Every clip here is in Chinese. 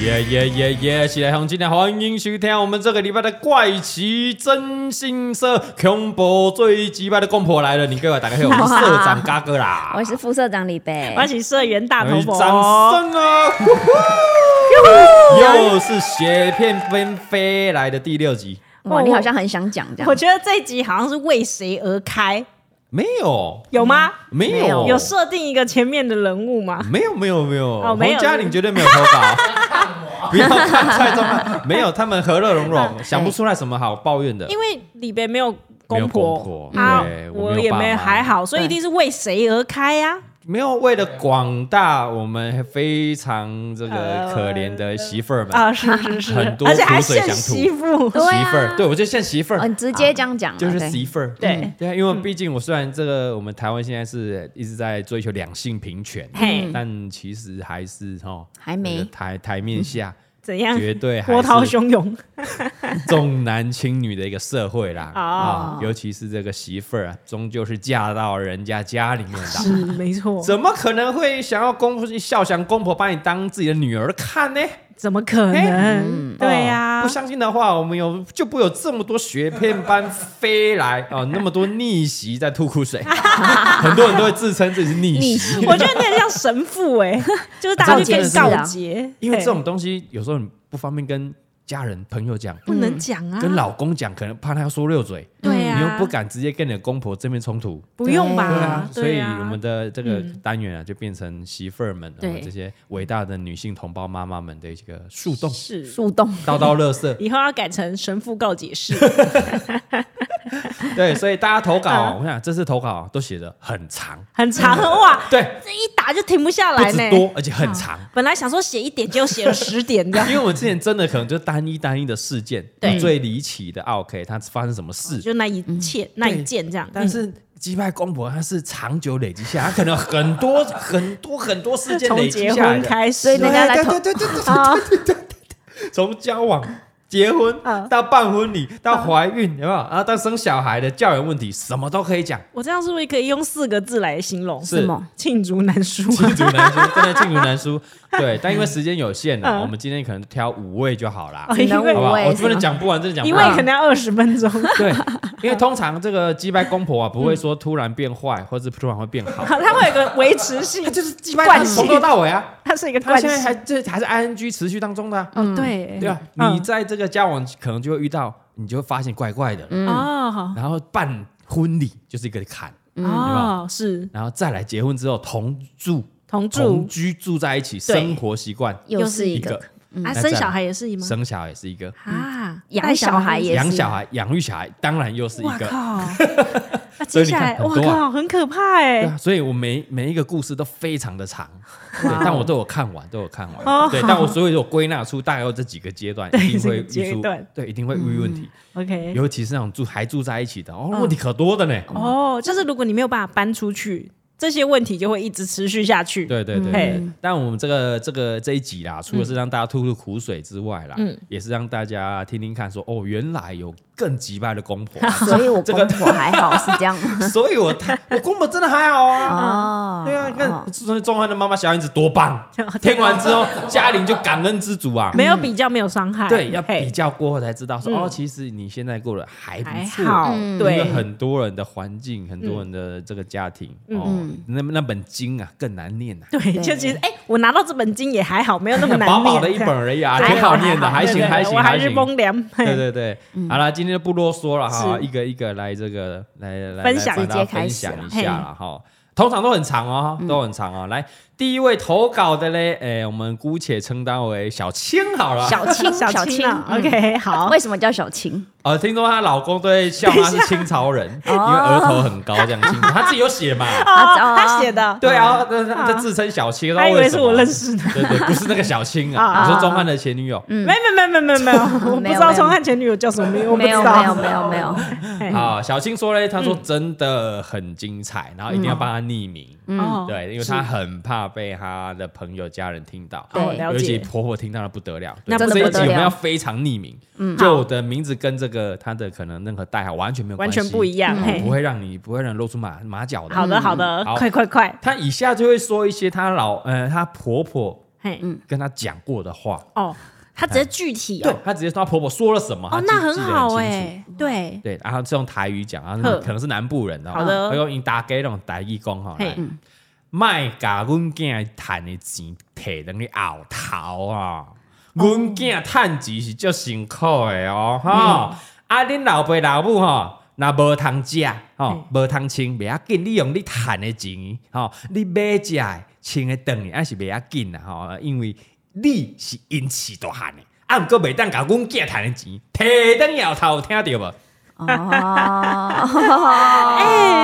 耶耶耶耶！起来雄，今天欢迎收听我们这个礼拜的怪奇真心社恐怖最击败的公婆来了，你给我打开我们社长嘎哥啦，我是副社长李贝，欢迎社员大我头们佛，掌声啊！呼呼又是雪片纷飞来的第六集，哇，你好像很想讲这哦我样，觉得这一集好像是为谁而开，没有，有吗？没没有，嗯有设定一个前面的人物吗？没有没有没有，哦没有洪嘉玲绝对没有投稿。不要看蔡宗翰，没有，他们和乐融融，想不出来什么好抱怨的。因为里边没有没公有婆，公婆啊对，我我没有也爸没妈还好，所以一定是为谁而开啊呀、没有为了广大我们非常这个呃可怜的媳妇儿们，啊！是是 是很，多而且还苦水嗯现相吐媳妇，对啊媳妇儿，对我就像媳妇哦，儿你，直接啊这样讲了，就是对媳妇儿。对嗯对啊，因为毕竟我虽然这个我们台湾现在是一直在追求两性平权，嘿，但其实还是哈还没台台面下怎样？绝对还嗯波涛是 汹涌，重男轻女的一个社会啦哦啊，尤其是这个媳妇儿啊，终究是嫁到人家家里面的。是没错，怎么可能会想要公婆孝祥公婆把你当自己的女儿看呢？怎么可能？对啊哦呀不，相信的话，我们有就不会有这么多雪片般飞 来啊、哦，那么多逆袭在吐苦水， 很多人都会自称自己是逆逆袭，袭我觉得你很像神父哎，就是大家这去种真跟的是啊告捷，因为嘿这种嗯东西有时候你不方便跟家人朋友讲，不能讲啊，跟老公讲，可能怕他说溜嘴，对啊呀，你又不敢直接跟你的公婆正面冲突。不用吧？对所以啊我们的这个单元啊，就变成媳妇儿们，我对们这些伟大的女性同胞妈妈们的一个树洞，是树洞，叨叨乐色。以后要改成神父告 解释，对，所以大家投 稿嗯啊，我想这次投稿啊都写的很长，很长啊哇，对，这一打就停不下不来止呢。多，而且很长。本来想说写一点，结果写了十点这样 因，为我们之前真的可能就单一单一的事件，对哦最离奇的啊 OK，它发生什么事？就嗯那一切那一件这样。嗯但是击败公婆它是长久累积下来，它可能很多 很多很多事件累从积结下来婚的，开所以始，大家来投对对对对对 嗯对啊哦从交往、结婚嗯到办婚礼，到怀孕，有没有？然后到生小孩的教养问题，什么都可以讲，我这样是不是可以用四个字来形容？是什么？罄竹难书啊。罄竹难 书，真的罄竹难书。对，但因为时间有限了，嗯我们今天可能挑五位就好啦，哦只能 因为好不五好？位我是不能吗讲不完，真的讲因不为完可。能要二十 分钟，对，因为通常这个击败公婆啊，不会说突然变坏，或是突然会变好，好，它会有个维持性他，就是击败惯他从性头到尾啊。它是一个他惯现在还性。这还是 ing 持续当中的啊，嗯，对对啊，嗯你在这个交往可能就会遇到，你就会发现怪怪的，嗯，哦好然后办婚礼就是一个坎，哦，是然后再来结婚之后同住、同同住居住在一起，对生活习惯又是一个，啊，那生再来小孩也是嗯吗？生嗯小孩也是一个，啊，养带小孩也是养小孩、养育小孩当然又是一哇个。 靠！那接下来，所以你看很哇多啊靠，很可怕哎、对啊，所以我每每一个故事都非常的长，对哇哦，但我都有看完，都有看完，哦对，但我所以有归纳出大概有这几个阶段，对一定会这几个遇阶出段，对，一定会遇问题， OK，尤其是那种住还住在一起的，哦，嗯问题可多的呢，哦，就是如果你没有办法搬出去，这些问题就会一直持续下去。对对对嘿对，但我们这个这个这一集啦，除了是让大家吐吐苦水之外啦，嗯也是让大家听听看说，哦，原来有更急败的公 婆，所以我这公个婆还好是这样吗所以我他我公婆真的还好啊。哦，对啊，你哦看，所以钟汉的妈妈小燕子多棒！听完之后，嘉玲就感恩知足啊。哦啊没有比较，没有伤害。对，要嘿比较过后才知道说，嗯哦，其实你现在过得还还不错。好，嗯因为对，很多人的环境，很多人的这个家庭，嗯哦，那那本经啊更难念呐。对，就其实哎、我拿到这本经也还好，没有那么 难薄念。薄的一本而已啊，挺好念的，还 对行对还行我还还是行。风凉。嘿对对对，好了，今天就不啰嗦了哈，是一个一个来这个来来分享来直接分开始享啊一下了哈。通常都很长哦，嗯都很长哦。来，第一位投稿的嘞，哎，我们姑且称他为小青好了。小青小小青青啊，OK，好，为什么叫小青？呃，听说她老公对笑妈是清朝人，因为额头很高这样清朝，她自己有写嘛。 哦，啊他写的，对啊，那那那自称小青，他以为什是么我认识的。对对，不是那个小青啊啊， 啊嗯你说钟汉的前女友。没没没没没没 有，我不知道钟汉前女友叫什么名，我不没知有道。没有没有没有，嘿啊，小青说嘞，她说真的很精彩，然后一定要帮她匿名，嗯哦对，因为她很怕被她的朋友、家人听到，对哦，了尤其解。婆婆听到了不得了。那对真的这一不集得我们了要非常匿名，嗯就我的名字跟这个她的可能任何代号完全没有完关系，全不一样。哦，嘿不会让你不会让你露出马马脚的。嗯好的，好的好，快快快，她以下就会说一些她老呃她婆婆嘿，嗯跟她讲过的话，哦，他直接具体对哦，她直接说她婆婆说了什么，她哦，记那很好记得很清楚哎，对，对，然后是用台语讲，然后呵可能是南部人哦，好的会用因大家那种台语讲吼，嘿，嗯卖甲阮囝趁的钱摕等你后头哦啊！阮囝趁钱是足辛苦的哦，吼、嗯啊，恁老爸老母吼、若无通食吼，无通穿，袂要紧。你用你趁的钱吼、你买食的穿的顿的，还是袂要紧啦吼，因为你是因饲大汉的，啊，毋过袂当甲阮囝趁的钱摕等后头，有听着无？ 哦，哎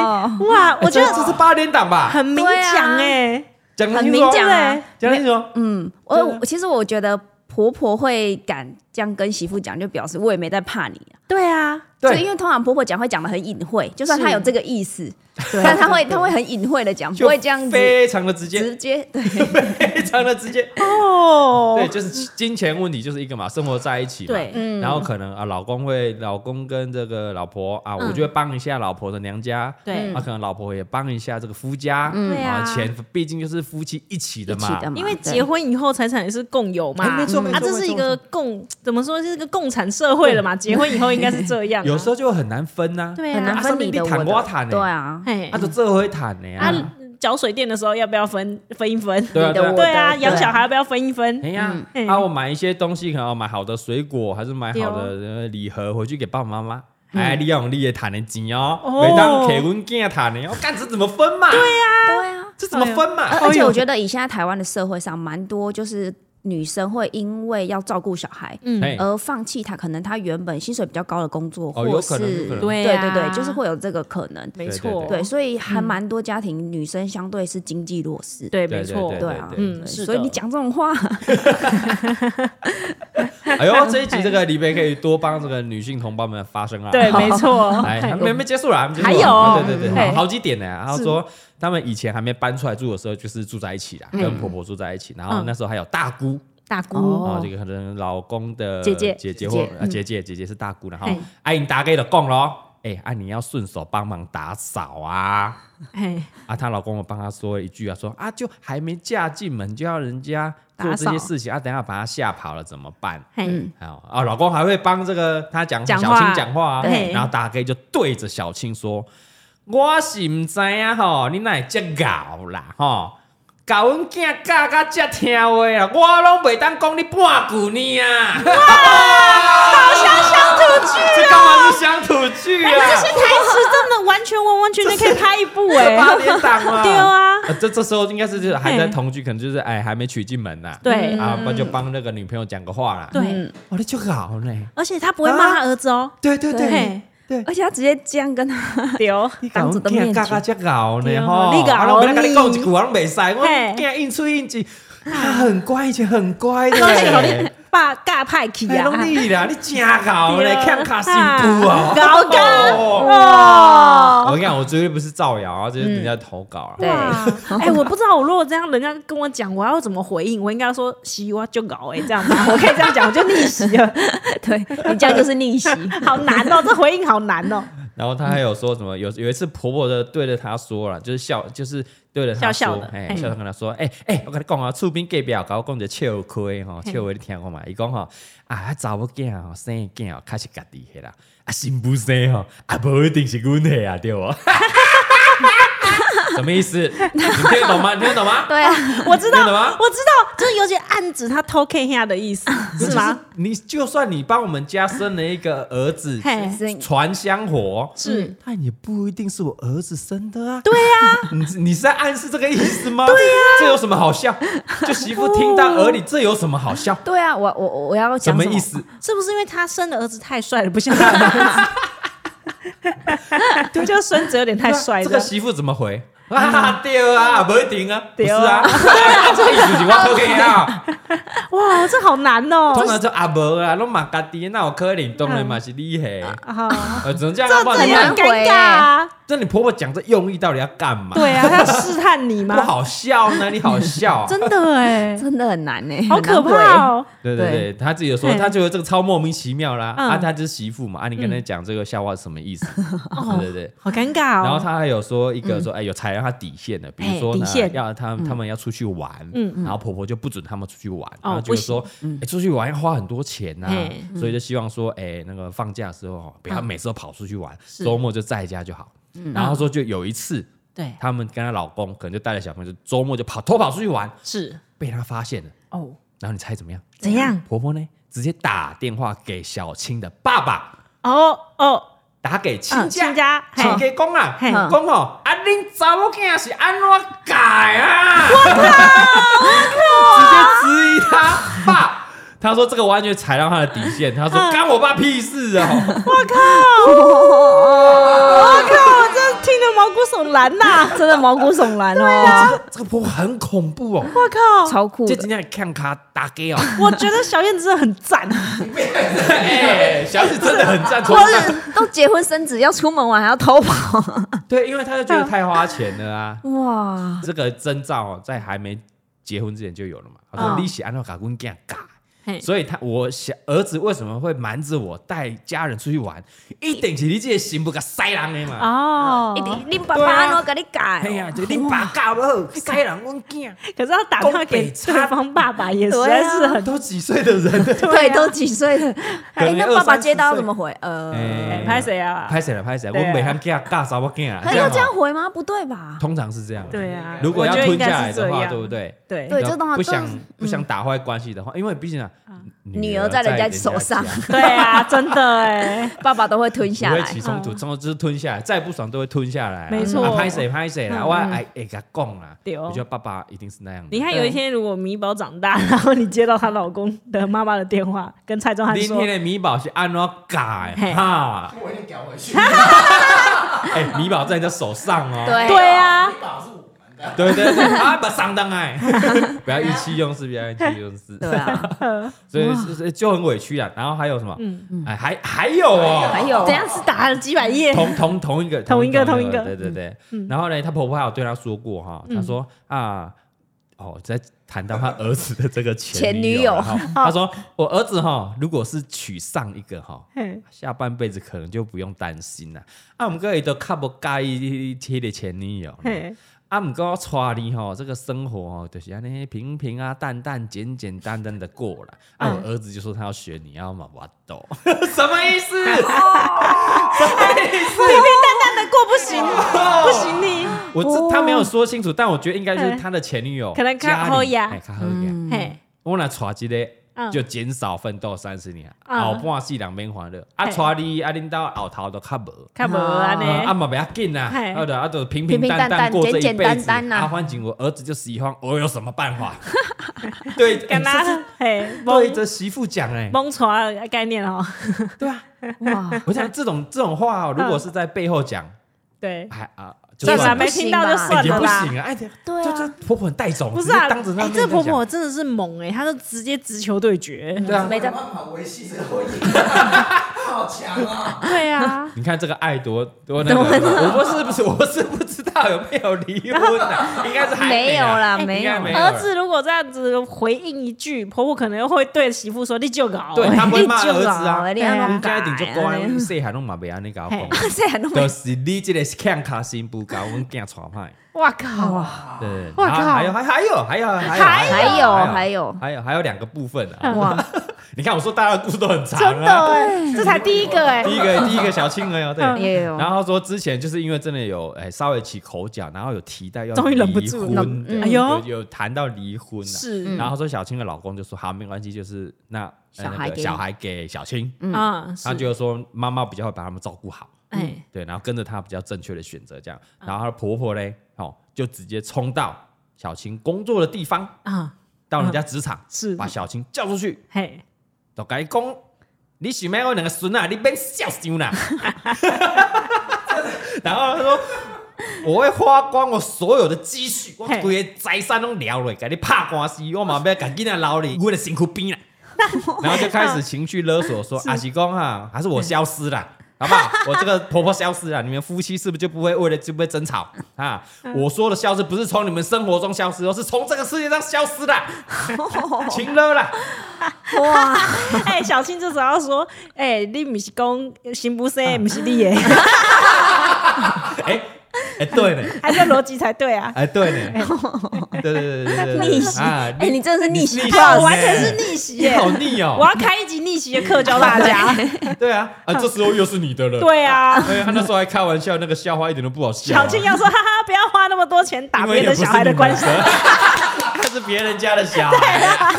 哇，我觉哎这得这是八点档吧？很明讲哎，讲得很清明楚哦，讲啊。讲得清楚。哦嗯，真啊的我其实我觉得婆婆会敢这样跟媳妇讲，就表示我也没在怕你啊。对啊，就对因为通常婆婆讲会讲的很隐晦，就算是她有这个意思，对但她会她会很隐晦的讲，不会这样子非常的直接，直接 对。非常的直接。哦对，，就是金钱问题就是一个嘛，生活在一起嘛。对嗯然后可能啊，老公会，老公跟这个老婆啊，我就会帮一下老婆的娘家，对嗯啊，可能老婆也帮一下这个夫家，嗯对啊钱毕竟就是夫妻一起的一起嘛，的嘛，因为对结婚以后财产也是共有嘛，哎没错嗯没错，啊，这没是错一个共怎么说，是一个共产社会了嘛？结婚以后应该是这样啊，有时候就很难分呐，对啊很难啊分你的上面你我谈我谈的，欸 对啊，嘿啊，就这会谈的啊呀，，缴水电的时候要不要分分一分？对啊你的对啊我的，对啊，养小孩孩要不要分一分 哎？呀，嗯啊，我买一些东西，可能哦我买好的水果，还是买好的呃礼盒回去给爸爸妈妈。哎，你要用你的谈的钱哦，哦每当给阮囝谈的，我哦干这怎么分嘛？对呀，对啊。这怎么分嘛？而而且我觉得以现在台湾的社会上，蛮多啊就是女生会因为要照顾小孩。嗯哎而放弃她可能她原本薪水比较高的工作，哦或有是可能有可能对对啊对，就是会有这个可能。没对错，对，所以嗯还蛮多家庭女生相对是经济弱势。对，对没错，对对啊，嗯对是的所以你讲这种话，呃哎呦，这一集这个李贝可以多帮这个女性同胞们发声啊！对，没错，哎，还嘿没没结束啦，没结束啦啊还有对对对，嗯好好几点呢。他说他们以前还没搬出来住的时候，就是住在一起啦，跟婆婆住在一起。然后那时候还有大姑大姑哦啊，这个可能老公的姐姐姐姐姐或姐啊姐姐姐姐是大姑，然后嘿哎，你大概的供咯，哎，啊你要顺手帮忙打扫啊。嘿，啊，她老公我帮她说了一句啊，说啊，就还没嫁进门就要人家做这打些扫事情啊，等一下把她吓跑了怎么办？嘿，还有啊，老公还会帮这个她讲讲小话青讲话啊，对然后大概就对着小青说：“我是唔知啊吼，你哪会遮搞啦吼？教阮囝教到遮听话啦，我拢袂当讲你半句呢 啊！”哇，好像乡土剧这干嘛是乡土剧啊？这些台词真的完全完完全全可以拍一部哎，八点档嘛，对啊呃这这时候应该是就是还在嘿同居，可能就是哎还没娶进门呐，对啊，不然就帮那个女朋友讲个话啦，对，嗯，我的就好呢，而且他不会骂他儿子哦，对对对，嘿，而且她直接这样跟她，丢，你搞当着面嘎嘎这搞对呢啊吼，你咬啊我要跟你你讲一句，我拢袂使，我嘿囝应出应进，他很乖，以前很乖的恭喜好嘞你。爸尬派去哎，拢啊，你啦，你真搞嘞，对啊啊看卡辛苦哦，搞干哦嗯我跟你讲，我绝对不是造谣啊，这是人家投稿啊。对哇，哎、我不知道，我如果这样，人家跟我讲，我要怎么回应？我应该说西瓜就搞哎、这样吧，我可以这样讲，我就逆袭了， 对你这样就是逆袭，好难哦，这回应好难哦。然后她还有说什么？有有一次婆婆的对着她说了，就是笑，就是对着她笑说笑的，哎，嘿笑笑跟她说，哎哎，我跟你讲啊，厝边隔壁有甲我讲一个笑亏吼，嘿笑话你听过嘛？伊讲吼，啊，那查某囝吼，生的囝吼，较实家己的啦，啊，新妇生吼，啊，无一定是阮的啊，对无？ 什么意思？你听得懂吗？你听得懂吗？对啊，我知道，真的吗我知道，就是有点暗指他偷 K 下的意思，是吗？你就算你帮我们家生了一个儿子，嘿，是传香火，是但也不一定是我儿子生的啊。对呀、 你是你是在暗示这个意思吗？对呀、这有什么好笑？就媳妇听到耳里，这有什么好 笑？对啊，我我我要什讲么什意？思？ 是不是因为他生的儿子太帅了，不像他的 儿子？就是孙子有点太帅这了个。媳妇怎么回？啊，对啊，不一定啊，不对是啊啊， 这意思是我 OK 啊。哇，这好难哦！通常就阿伯啊，拢马家己，那有可能当然嘛是你嘿，啊，嗯呃，只能这样啊，不然这怎也么办很尴尬啊！那你婆婆讲这用意到底要干嘛？对啊，他试探你不吗？好笑呢，你好笑。啊真的哎、真的很难呢、好很可难回怕哦、对对对，他自己就说，嘿他觉得这个超莫名其妙啦。嗯啊，他就是媳妇嘛，啊，你跟他讲这个笑话是什么意 思？哦对对对。好尴尬哦、然后他还有说一个说，哎，有踩到他底线的，比如嘿说底呢线，要他他们要出去玩，嗯然后婆婆就不准他们出去玩，哦然后就不是说，哎，出去玩要花很多钱呐嘿，嗯所以就希望说，哎，那个放假的时候哦不要每次都跑出去玩，是嗯周末就在家就好。然后说就有一次，对他们跟她老公可能就带着小朋友，就周末就跑偷跑出去玩，是被她发现了。哦，然后你猜怎么样？怎样？婆婆呢，直接打电话给小青的爸爸，哦哦，打给亲嗯家，亲家嘿亲家公啊，嘿讲哦，啊，恁查某囝是安怎改啊？直接质疑他爸。他说：“这个完全踩到他的底线。”他说：“嗯干我爸屁事哦！”我靠，我真的听得毛骨悚然呐、啊真的毛骨悚然哦，这个这个婆婆很恐怖哦，我靠，超酷就的今。天看他打给哦。 我觉得小燕子真的很赞，哎，小紫真的很赞同或。是都结婚生子要出门玩还要偷跑，对，因为他就觉得太花钱了啊。哇！ 这个征兆哦，在还没结婚之前就有了嘛。他说：“嗯你是安诺卡公干嘎。”嘿所以他我小儿子为什么会瞒着我带家人出去玩？一定是你这个心不个塞人的嘛。哦一定你爸对爸啊安怎给你改哎呀，哦？就你爸教不好，塞人阮 囝，可是他打电话给对方爸爸也实在是 很，都几岁的人 了，对，都几岁了，哎，能那二爸爸三十接到岁怎么回？呃，哎拍谁啊？拍谁了？拍谁了？对啊我每天教教啥我囝啊？那要这样哦，回吗？不对吧？通常是这样。对啊，如果要我觉得吞应该下是来的这话，样对不？对？对对然后这种不都想是不嗯想打坏关系的话，因为毕竟啊，女儿在人家手 上家对啊，真的哎，爸爸都会吞下不会来起，冲突，冲突就是吞下来，再不爽都会吞下来啊。嗯没错啊拍谁拍谁啦，嗯我哎哎给他供啦。对哦我觉得爸爸一定是那样的。 你看有一天如果米宝长大，然后你接到她老公的妈妈的电话，跟蔡宗翰今说天，的米宝是安怎改嘿 哈？我一定搞回去。哎，米宝在人家手上哦。对对 啊你，爸是我们的，对对对，啊，不上当 哎，不要意气用事，不要意气用事，对啊，所以是是就很委屈啊。然后还有什么？嗯哎，还还有哦，还有怎样是打了几百 页？同同同一个同一个同一个对对对嗯。然后呢，她婆婆还有对她说过哈，她说啊，哦，在谈到她儿子的这个前前女友友了哈， 哦她说我儿子哈，如果是娶上一个哈。嘿下半辈子可能就不用担心啦。啊，我们哥也都看不介意贴的前女友呢。嘿，啊，毋过我娶你吼，这个生活吼，就是安尼平平啊、淡淡、简简单单的过啦。啊，我儿子就说他要学你啊要嘛挖豆， 什么意思？平平淡淡的过不行，不行你，哦我哦这他没有说清楚，但我觉得应该就是哎他的前女友，可能较家里好呀哎较好嗯呀。嘿，我若娶这个嗯就减少奋斗三十年，嗯后半世人免欢乐。啊，嘿娶你啊，恁兜后头都较无。看无安尼，啊，嘛不要紧啦，嘿啊，就啊，就平平平淡淡淡过这一简辈简子。单单啊啊，反正我儿子就喜欢，我有什么办 法？对，干哎这是嘛？嘿，对蒙着媳妇讲哎、蒙床的概念哦，对啊，哇，我想这种这种话、哦，如果是在背后讲，对，还啊，就嗯算算了，了没听到就算也了不啦。行啊，哎，这对就这啊，婆婆很带种，不是哦直接啊，当着她哎，面这在婆讲婆真的是猛哎，她就直接直球 对决。对啊，没没在办法维系这个婚姻，好强啊！对啊，你看这个爱多多那个，我不是不是我是不知道有没有离婚的、应该是还没有啊啦，应该没有没啦， 有儿子如果这样子回应一句，婆婆可能又会对媳妇说：“你哦就搞。”对他不会骂你就儿子啊搞了你安怎应该顶就改乖，啊你细汉拢嘛袂安尼甲我嘿讲，这还弄就是你这个欠卡心不高，阮囝娶歹。 哇靠！对，哇然后靠还有还还有还有还有还有还还有有还有还有两个部分啊！哇，欸你看我说大家的故事都很长真的啊。哎，这才第一个哎第，一个第一个小青儿哦，对。嗯也有然后说之前就是因为真的有哎稍微起口角，然后有提到要终于忍不住离婚忍对嗯哎呦有有谈到离婚啊。是然后说小青的老公就说好没关系，就是那呃小那孩个给你小孩给小青，啊，是他就说妈妈比较会把他们照顾好，哎对，然后跟着她比较正确的选择这样。嗯然后她的婆婆嘞，哦，就直接冲到小青工作的地方，啊到人家职场，嗯是把小青叫出去，嘿，就甲伊讲，你想要我两个孙啊，你免孝想啦。 然后他说，我会花光我所有的积蓄，我嘿规个财产拢了落，甲你拍官司，我嘛要甲囡仔留你，我的身躯边啦。然后就开始情绪勒索说，阿是讲哈，还是我消失啦。好不好？我这个婆婆消失了，你们夫妻是不是就不会为了就不会争吵啊？我说的消失不是从你们生活中消失哦，是从这个世界上消失的，情了啦。哇，哎、小青这时候要说，哎、你不是讲行不啊生，不是你 耶，哎、哎、对呢，按照逻辑才 对啊。哎、对 呢，哎对对对对对对，逆袭啊！哎，你真的是逆袭你 p 逆袭 l 我完全是逆袭你耶！好腻我哦、要开一集逆袭的课教 大家。对啊，啊，这时候又是你的了。对啊，哎，他那时候还开玩笑，那个笑话一点都不好笑啊、小青要说，哈哈，不要花那么多钱打因别为也的不是小孩的关系。你们的， 他是别人家的小孩。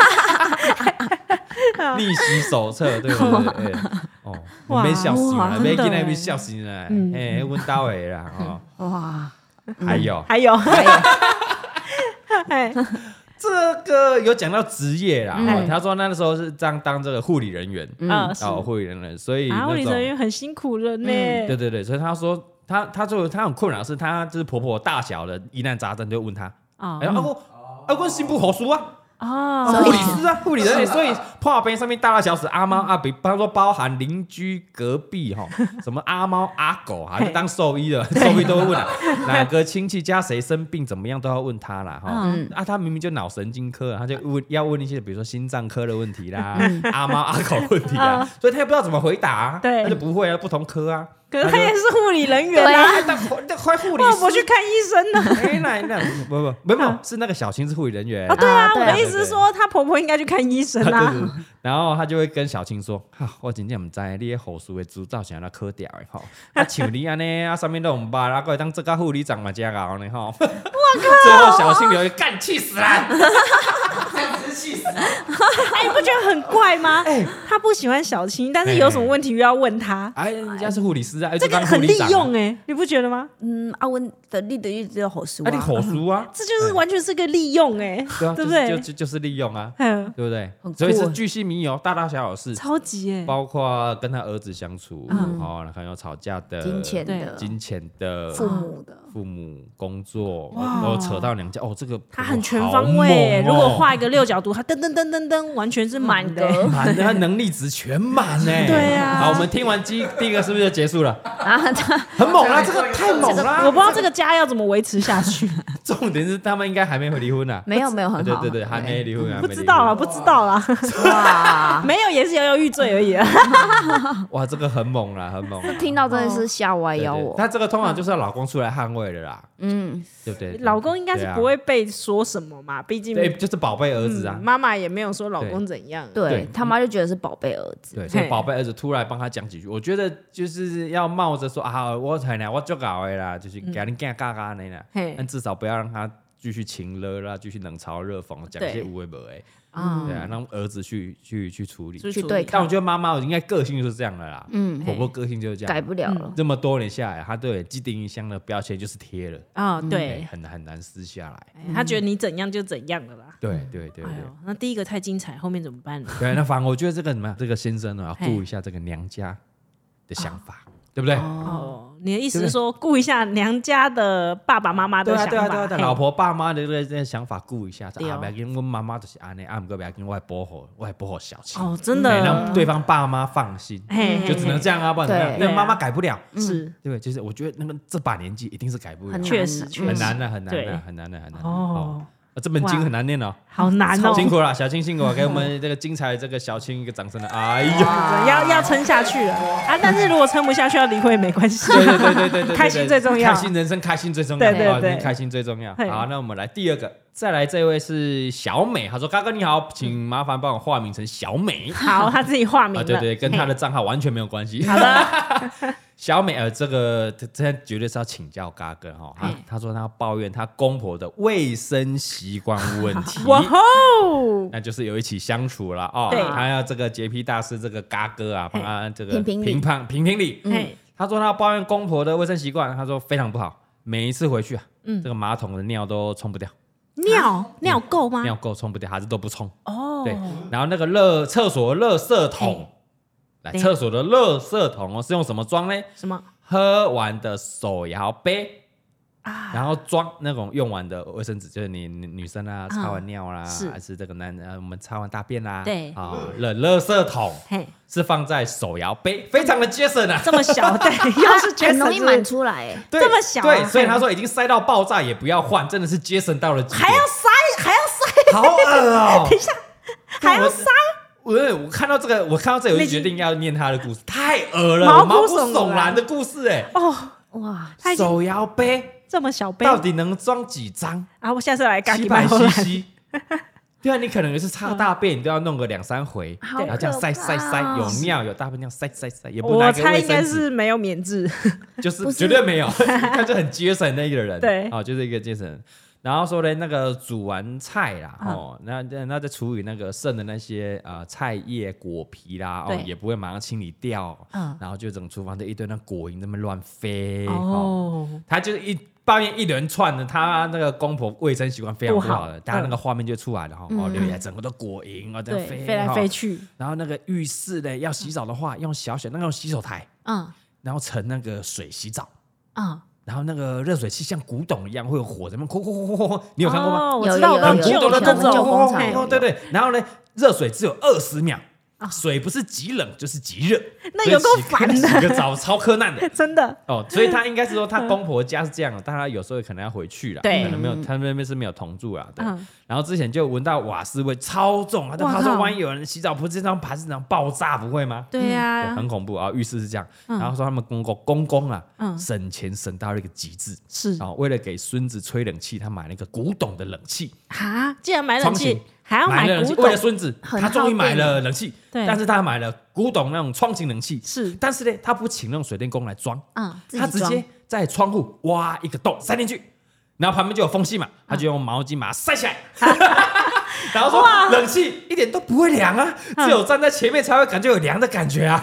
逆袭手册，对不对？对哦，我啊哇被笑死哇了，被真的欸嗯今天耶被笑死了，哎，温到位啦，哦， 哇，嗯还有还有， 哎，这个有讲到职业啦，哦嗯他说那时候是当当这个护理人员，嗯，是哦，护理人员，所以啊，护那理种嗯人员很辛苦了呢。对对对，所以他说他他就他很困扰，是他就是婆婆大小的疑难杂症，就问他，啊哎，啊我啊我心不好输啊。啊，护所理以师啊，护理人员，所以破冰上面大大小小阿猫阿比，他说包含邻居隔壁 哈，什么阿猫阿狗啊，还是当兽医的，兽医都会问啊，哪个亲戚家谁生病怎么样都要问他啦哈。嗯啊啊，他明明就脑神经科，啊他就问要问一些比如说心脏科的问题啦，阿猫阿狗问题啦嗯，所以他也不知道怎么回答啊，对他就不会啊，不同科 啊。可是他也是护理人员对啊，啊，哎，那那快护理为什么不师去看啊医生啊呢？哎，那那不不不没有，是那个小青是护理人员啊，对啊，啊我对啊的意思是说，她婆婆应该去看 医生啊啊对。对对然后他就会跟小青说：“哈、我真正唔知道你的护士的执照想要考掉的吼，啊像你安尼啊，上面都唔捌，啊，还会当这个护理长嘛，真搞呢吼。”我靠！最后小青留言干气死了，这样子是气死了。 哎，你不觉得很怪吗？他不喜欢小青，但是有什么问题又要问他，哎，人家是护理师啊，这这个很利用哎，你不觉得吗？嗯，阿温的立德一直有好书啊，你护士啊，这就是完全是个利用哎，对啊，对不就对是就？就就是利用啊，嗯，对不对很？酷所以是欸巨细靡遗哦，大大小小的事，超级哎，包括跟他儿子相处，哦，还有吵架的金钱的、金钱的父母的，父母工作，然后扯到娘家哦，这个他我很全好方位欸。猛哦如果画一个六角图，他噔噔噔噔噔，完全是满的欸。格满的，他能力值全满呢。 对啊好，我们听完第第一个是不是就结束 了？啊，他很猛啦，这个太猛哦我啦不。知道这个家要怎么维持下去， 重点是他们应该还没会离婚啊。没有没有对很对好，对对，还没离婚，还不没离婚知道啊，不知道啊，哇， 没有也是摇摇欲坠而已啊。哇，这个很猛啦，很猛啦。听到真的是吓歪对腰对，我，他这个通常就是要老公出来捍卫的啦，嗯，对不对？ 老公应该是对啊不会被说什么嘛，毕竟对，就是宝贝儿嗯子啊。妈妈也没有说老公怎样。对对他妈就觉得是宝贝儿子，对，所以嘿宝贝儿子突然帮他讲几句，我觉得就是要冒着说啊，我很难，我就搞的啦，就是嗯给人干嘎嘎的啦，嘿但至少不要让他继续情了啦，继续冷嘲热讽，讲一些对嗯无为不为，啊对，啊，让儿子去去去处理。就是去处对理抗但我觉得妈妈应该个性就是这样的啦，嗯，婆婆个性就是这改样，不了了，这么多年下来，她对既定印象的标签就是贴了，啊，哎对，很很难撕下来。哎他觉得你怎样就怎样了啦。对对嗯对哎对。呦，那第一个太精彩，后面怎么办呢？对，那反而我觉得这个怎么样？这个先生呢，哦要嘿顾一下这个娘家的想法，对不对？哦，你的意思是说顾一下娘家的爸爸妈妈对的啊，想对啊，对啊，法？对嘿啊老婆爸妈的这个这个想法顾一下，说对啊，哦不要紧，我妈妈就是安尼，啊，不过不要紧，我还保护，我还保护小青，哦，真哎让的，对方爸妈放心，嘿嘿就只能嘿这样啊，不然怎么样？对那妈妈改不了，哎嗯是对不对？就是我觉得那个这把年纪一定是改不了很，难确实嗯确很 实难的，很难对的，很难的，很难的。哦，哦，啊这本经哇很难念哦，好难哦，辛苦了，小青辛 苦了，给我们这个精彩的这个小青一个掌声了，哎呦，要要撑下去了啊！但是如果撑不下去要离婚也没关系，对对对对对对，开心最重要开心人生开心最重要，对对啊对开心最重要。嘿好，那我们来第二个，再来这位是小美，她说：“嘎哥你好，请麻烦帮我化名成小美。” 好，他自己化名啊，了，对对，跟她的账号完全没有关系。好的，小美，呃，这个这这绝对是要请教嘎哥哈。她嘿她说她抱怨她公婆的卫生习惯问题嘿。哇吼，那就是有一起相处了哦对，她要这个洁癖大师这个嘎哥啊，帮她这个评评理评判评评理，嘿，他说他抱怨公婆的卫生习惯，他说非常不好，每一次回去啊，这个马桶的尿都冲不掉，尿尿够吗？尿垢冲不掉，还是都不冲。哦，对，然后那个热厕所的垃圾桶，来对厕所的垃圾桶哦，是用什么装呢？什么？喝完的手摇杯啊然后装那种用完的卫生纸，就是你你女生啊，擦完尿啦，嗯是还是这个男人啊，我们擦完大便啦，对啊，垃垃圾桶嘿，是放在手摇杯，非常的节省啊，这么小对，要是觉得很容易满出来、欸。对这么小啊对，嘿所以他说已经塞到爆炸也不要换，真的是节省到了极点，还要塞，还要塞，好恶 哦、还要塞，我我看到这个，我看到这个，我就那决定要念他的故事，太恶了，毛毛骨骨悚悚然然的故事哎、哦，哇，他已经手摇杯这么小杯到底能装几张？啊！我下次来七给百买回来。 CC。对啊，你可能也是擦大便，你都要弄个两三 回，好然后这样塞可怕塞塞，哦有尿有大便尿塞塞塞，也不拿我一个猜卫应该生纸，是没有免治，就是不是绝对 没有，他就很节省的一个人，对啊，就是一个节省人。然后说嘞，那个煮完菜啦，嗯哦，那那那再处理那个剩的那些呃菜叶、果皮啦，哦对，也不会马上清理掉，嗯然后就整个厨房就一堆那果蝇在那边乱飞，哦，哦，他就是一抱怨一连串的，他那个公婆卫生习惯非常不好的，大家那个画面就出来了哈，哦，留言整个都果蝇啊，这样嗯对，飞飞来飞去，去，然后那个浴室呢，要洗澡的话，用小水那个用洗手台，嗯然后盛那个水洗澡，嗯，然后那个热水器像古董一样会有火在那边呼呼呼呼呼，你有看过吗？哦我有知道有我很有古旧董的有的那那有有种，有种，工厂哦有对对，然后呢，热水只有二十秒。水不是极冷就是极热，哦那有够所以烦的洗个洗个澡超柯难的。真的哦，所以他应该是说他公婆家是这样的，但他有时候可能要回去了，嗯对可能没有他们那边是没有同住啊，对。嗯然后之前就闻到瓦斯味超重啊，但哇他说靠万一有人洗澡不是这张盘是这样爆炸不会吗？对对，呀，很恐怖啊！浴室是这样，嗯然后说他们公公公公啊，嗯省钱省到了一个极致，是然后为了给孙子吹冷气，他买了一个古董的冷气，啊，既然买冷窗气型，还要买了冷买气古为了董，孙子，很他终于耗买电了冷气，对但是他买了古董那种窗型冷气，是但是呢，他不请那种水电工来装，嗯自己他直装接在窗户挖一个洞塞进去，然后旁边就有缝隙嘛，他就用毛巾把它塞起 来。然后说冷气一点都不会凉啊，只有站在前面才会感觉有凉的感觉啊。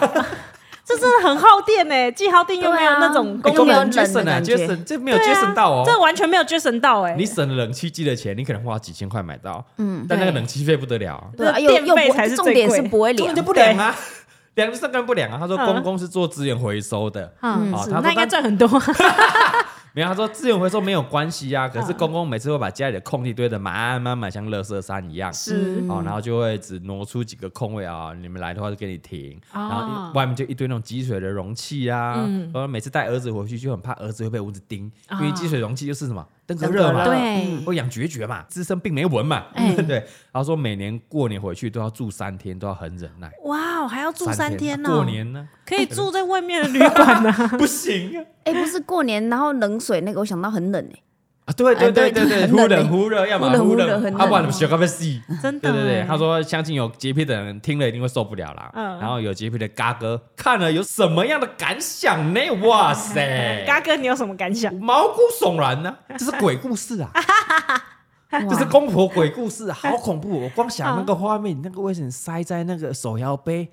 这真的很耗电呢，既耗电又没有那种对功 啊公能，有节省冷的啊，感节觉省这没有对节省到啊哦，。这完全没有节省到哎，你省了冷气机的钱，你可能花几千块买到，嗯但那个对冷气费不得了啊，对啊，又电又费不才是重最点贵是不会根凉本就，不凉啊，凉就是根本不凉啊。他说嗯公公是做资源回收的，嗯哦是他说那应该他赚很多，没有，他说资源回收没有关系啊，嗯可是公公每次会把家里的空地堆得满满满，像垃圾山一样。是嗯哦，然后就会只挪出几个空位啊，你们来的话就给你停，哦然后一外面就一堆那种积水的容器啊，嗯然后每次带儿子回去就很怕儿子会被蚊子叮，因为啊积水容器就是什么登革冷热嘛，了对嗯会养绝绝嘛，滋生病媒蚊嘛，哎对。然后说每年过年回去都要住三天，都要很忍耐， 哇，还要哦住三天哦啊呢过，年呢可以住在外面的旅馆呢， 不行啊。哎、不是过年，然后冷水那个，我想到很冷哎、啊，对对哎对对对对，很忽冷冷欸忽热，要么忽冷忽忽热很冷，啊冷要不然你们学个被死。真对的哎。对对，他说相信有洁癖的人听了一定会受不了啦。嗯然后有洁癖的嘎哥看了有什么样的感想 呢？哇塞，嘎哥，你有什么感想？毛骨悚然呢、这是鬼故事 啊，欸，这是哇公婆鬼故事，啊好恐怖！嗯我光想那个画面，那个卫生纸塞在那个手摇杯，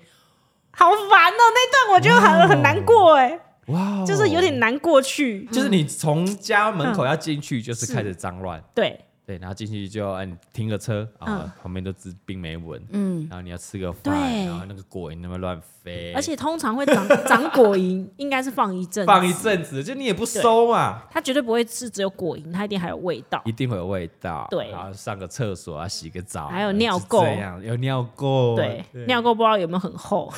好烦哦，那段我觉得哇哦很很难过哎，哇哦，就是有点难过去。就是你从家门口要进去，就是开始脏乱。对，对，然后进去就按停个车嗯啊，旁边都是冰梅蚊，嗯，然后你要吃个饭，对然后那个果蝇那么乱飞，而且通常会长 长果蝇，应该是放一阵，啊放一，阵子，就你也不收嘛，它绝对不会是只有果蝇，它一定还有味道一。定会有味道。对然后上个厕所啊，洗个澡，还有就尿垢这样有尿垢，对，尿垢不知道有没有很厚，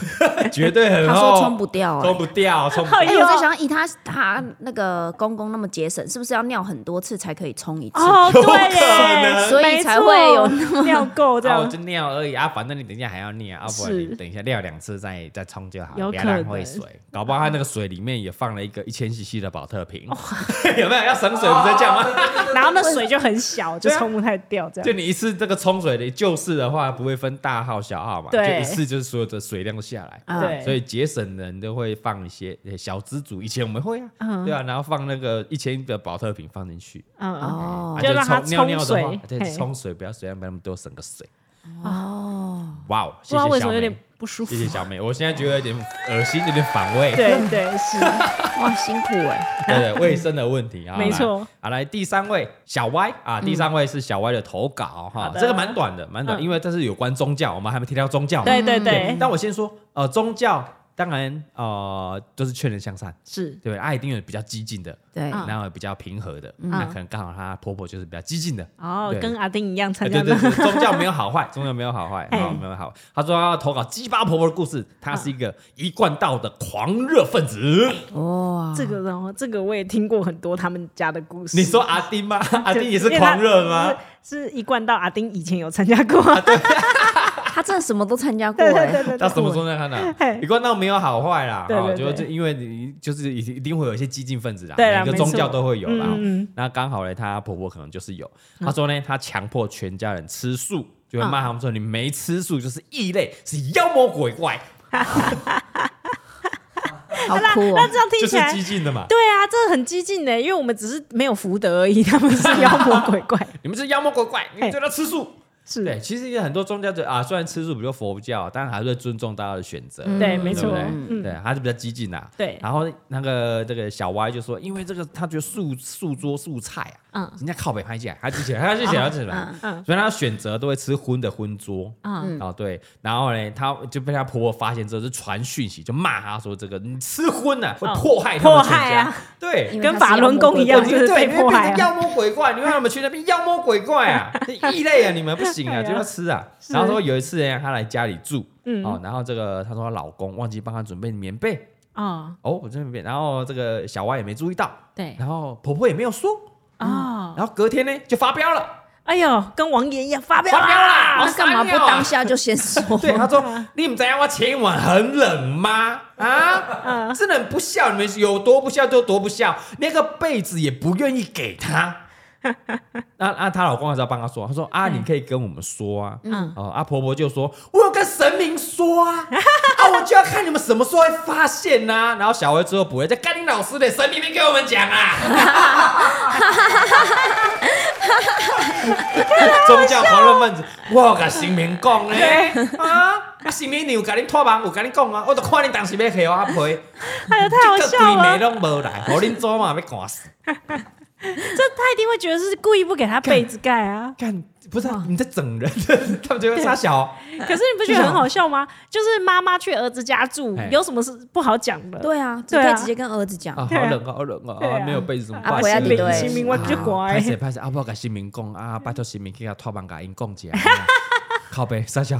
绝对很他厚，说冲不掉、欸，冲不 掉，冲不掉哎、我在想，以他他那个公公那么节省，是不是要尿很多次才可以冲 一次？哦，有对可能耶，所以没才错会有 尿垢这啊，我样就。尿而已啊，反正你等一下还要尿，啊，不然是你等一下尿两次再再冲就好，有不要可浪费能水。搞不好他那个水里面也放了一个一千 CC 的保特瓶，哦 有没有？要省水不是这样吗？然后那水就很小，就对啊冲不太掉，这就样你一次这个冲水的救市的话，不会分大号小号嘛，就对嗯一次就是所有的水量都下来。啊对所以节省人都会放一些呃小资主，以前我们会啊，嗯对啊，然后放那个一千的保特瓶放进去，嗯啊哦就让它冲尿尿的话冲水，对，嘿冲水不要水量不要那么多，省个水。哦，哇哦，不谢知道谢为什小么有点美，不舒服谢。谢小美，我现在觉得有点恶心，有点反胃。 对对是，哇，辛苦 哎、对对，卫生的问题啊，没错来。好，来第三位小歪啊，第三位是小歪的投稿哈好，的这个蛮短的，蛮短，嗯因为这是有关宗教，我们还没提到宗教嘛。对对对对，但我先说，呃，宗教当然呃，就是劝人向善，是对不对？啊，一定有比较激进的，对，嗯然后有比较平和的，那可能刚好她婆婆就是比较激进的。哦对，跟阿丁一样哎参加对对那对，宗教没有 好坏，宗教没有好坏，哦哎好没有好坏。她说她要投稿鸡巴婆婆的故事，她是一个一贯道的狂热分嗯子。哇，这个，然后这个我也听过很多他们家的故事。你说阿丁吗？阿就丁也是狂热吗？？啊是是一贯到阿丁以前有参加过，他真的什么都参加过 对哎对，对对他对，什 么时候在看的嘿？一贯道没有好坏啦，对哦对就对是因为你就是一定会有一些激进分子啦，对啦每个没宗错教都会有啦。嗯嗯嗯那刚好呢，她婆婆可能就是有，她说呢，她强迫全家人吃素，就会骂他们说你没吃素就是异类，是妖魔鬼怪，好酷那哦，这样听就是起来。激进的嘛。对啊，这很激进的，因为我们只是没有福德而已，他们是妖魔鬼怪。你们是妖魔鬼怪，你们嘿就要吃素。是对，其实也很多宗教者啊，虽然吃素比较佛教，但还是会尊重大家的选择。嗯对，没对错不，对？嗯，对，他是比较激进呐。对然后那个这个小歪就说，因为这个他觉得素素桌素菜啊，嗯人家靠北拍起来，他就起来，他就起来，他就起来，嗯所以他选择都会吃荤的荤桌。啊，嗯哦，对，然后呢，他就被他婆婆发现之后，就传讯息，就骂他说：“这个你吃荤啊，会哦迫害他们迫全害家。啊对，因为他跟是法妖魔轮功鬼一样，怪就是对，被因为迫变害成啊。妖魔鬼怪，你让他们去那边妖魔鬼怪 啊，这异类啊，你们不行啊，哎呀就要吃啊。然后说有一次呢，她来家里住，嗯哦，然后这个她说她老公忘记帮她准备棉被，哦，哦，我这边，然后这个小歪也没注意到，对然后婆婆也没有说，哦，然后隔天呢就发飙了，哎呦，跟王爷一样发飙发飙啦啦！好那干嘛傻尿不啊哦当下就先 说？ 对，她说你们知道我前晚很冷吗？啊，真的很不孝，你们有多不孝就多不孝，那个被子也不愿意给她。那那她老公还是要帮她说，她说啊，你可以跟我们说啊，嗯哦，啊婆婆就说，我有跟神明说啊，啊我就要看你们什么时候会发现呐、然后小薇之后补了一句，这甘霖老师的神明没给我们讲啊。宗教狂热分子，我甲神明讲咧，啊，啊神明你有甲你托梦，有甲你讲啊，我都看你当时要给我阿赔，哎呦，太好这笑鬼妹了！拢无来，互恁祖嘛要赶死。这他一定会觉得是故意不给他被子盖 啊。干，不是啊你在整人， 他们觉得傻小，可是你不觉得很好笑吗？就是妈妈去儿子家住哎，有什么是不好讲的？对啊，只对可啊以直接跟儿子讲啊，好对啊冷啊，好冷啊对啊啊，没有被子怎么啊办？回来神明对神明我就乖啊嗯拍势拍势，啊，我甲神明讲啊，拜托神明去甲托梦甲因讲一下，啊 靠背傻小。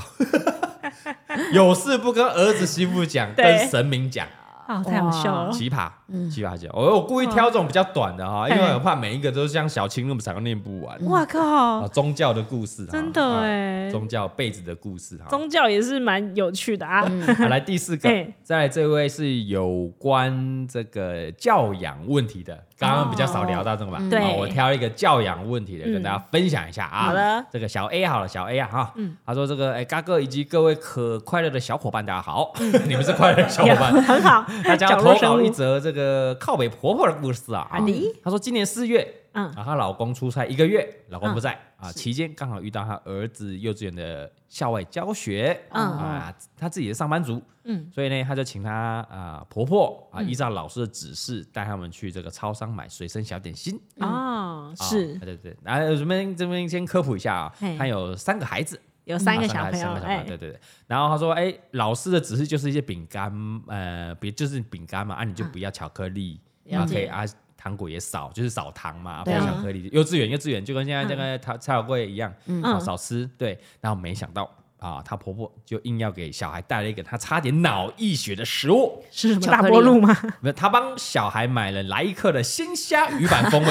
有事不跟儿子媳妇讲，对跟神明讲。啊，太好笑了。奇葩，奇葩酒，我我故意挑这种比较短的哈，因嗯为我怕每一个都像小青那么长念不完。哇靠啊，！宗教的故事，哈真的啊哎宗教被子的故事哈。宗教也是蛮有趣的啊。 好，来第四个哎，再来这位是有关这个教养问题的，刚刚比较少聊到这个嘛，哦嗯对嗯好我挑一个教养问题的跟大家分享一下啊。好的，嗯这个小 A 好了，小 A 啊哈，他说这个哎，嘎哥以及各位可快乐的小伙伴，大家好，嗯 你们是快乐的小伙 伴，很好，大家角投落生稿物一则这个靠北婆婆的故事啊。啊啊你她说今年四月，嗯啊，她老公出差一个月，老公不在啊，是期间刚好遇到她儿子幼稚园的校外教学，嗯啊，她自己也是上班族，嗯，所以呢，她就请她啊婆婆啊依照老师的指示带他们去这个超商买随身小点心。哦，啊是对对对，然后这边这边先科普一下啊嘿，她有三个孩子，有三个小啊朋友三个，哎，对对对。然后他说，哎，老师的指示就是一些饼干，呃，别就是饼干嘛，啊，你就不要巧克力，啊，了可以解啊，糖果也少，就是少糖嘛，不对要啊巧克力。幼稚园幼稚园就跟现在这个菜菜小贵一样，啊嗯少吃。对，然后没想到。啊，她婆婆就硬要给小孩带了一个她差点脑溢血的食物，是什么巧克大力波路吗？没有，她帮小孩买了莱克的鲜虾鱼板 风味。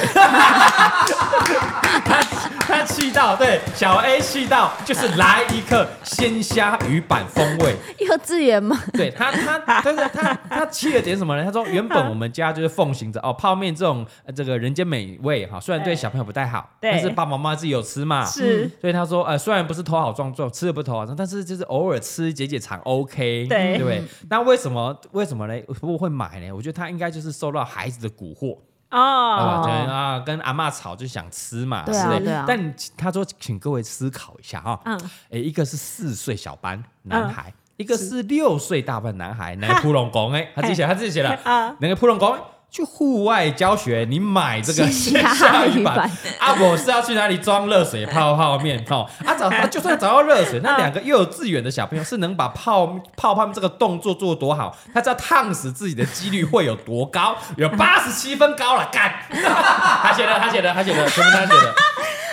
她她气到，对小 A 气到，就是来一克鲜虾鱼板风味。 幼稚园嘛，对他，他，但是他他气了点什么呢？他说，原本我们家就是奉行着哦，泡面这种、呃这个人间美味哈，虽然对小朋友不太好，对但是爸爸妈妈自己有吃嘛。是，所以他说，呃，虽然不是头好壮壮，吃的不头好壮，但是就是偶尔吃解解馋，OK，对对不对？那为什么为什么呢？我会买呢？我觉得他应该就是受到孩子的蛊惑，啊，哦，可能啊跟阿嬷吵就想吃嘛，对啊之类的对啊但他说，请各位思考一下哈，嗯诶，一个是四岁小班男孩，一个是六岁大班男孩，那个扑龙公哎，他自己写，他自己写的啊，那个扑龙公。去户外教学，你买这个线线下下雨雨板板啊，我是要去哪里装热水泡泡面哦？啊，找啊就算找到热嗯水，那两个幼稚园的小朋友是能把泡泡泡面这个动作做多好，他知道烫死自己的几率会有多高，有八十七分高了，干！ 他写的，他写的，他写的，全部他写的，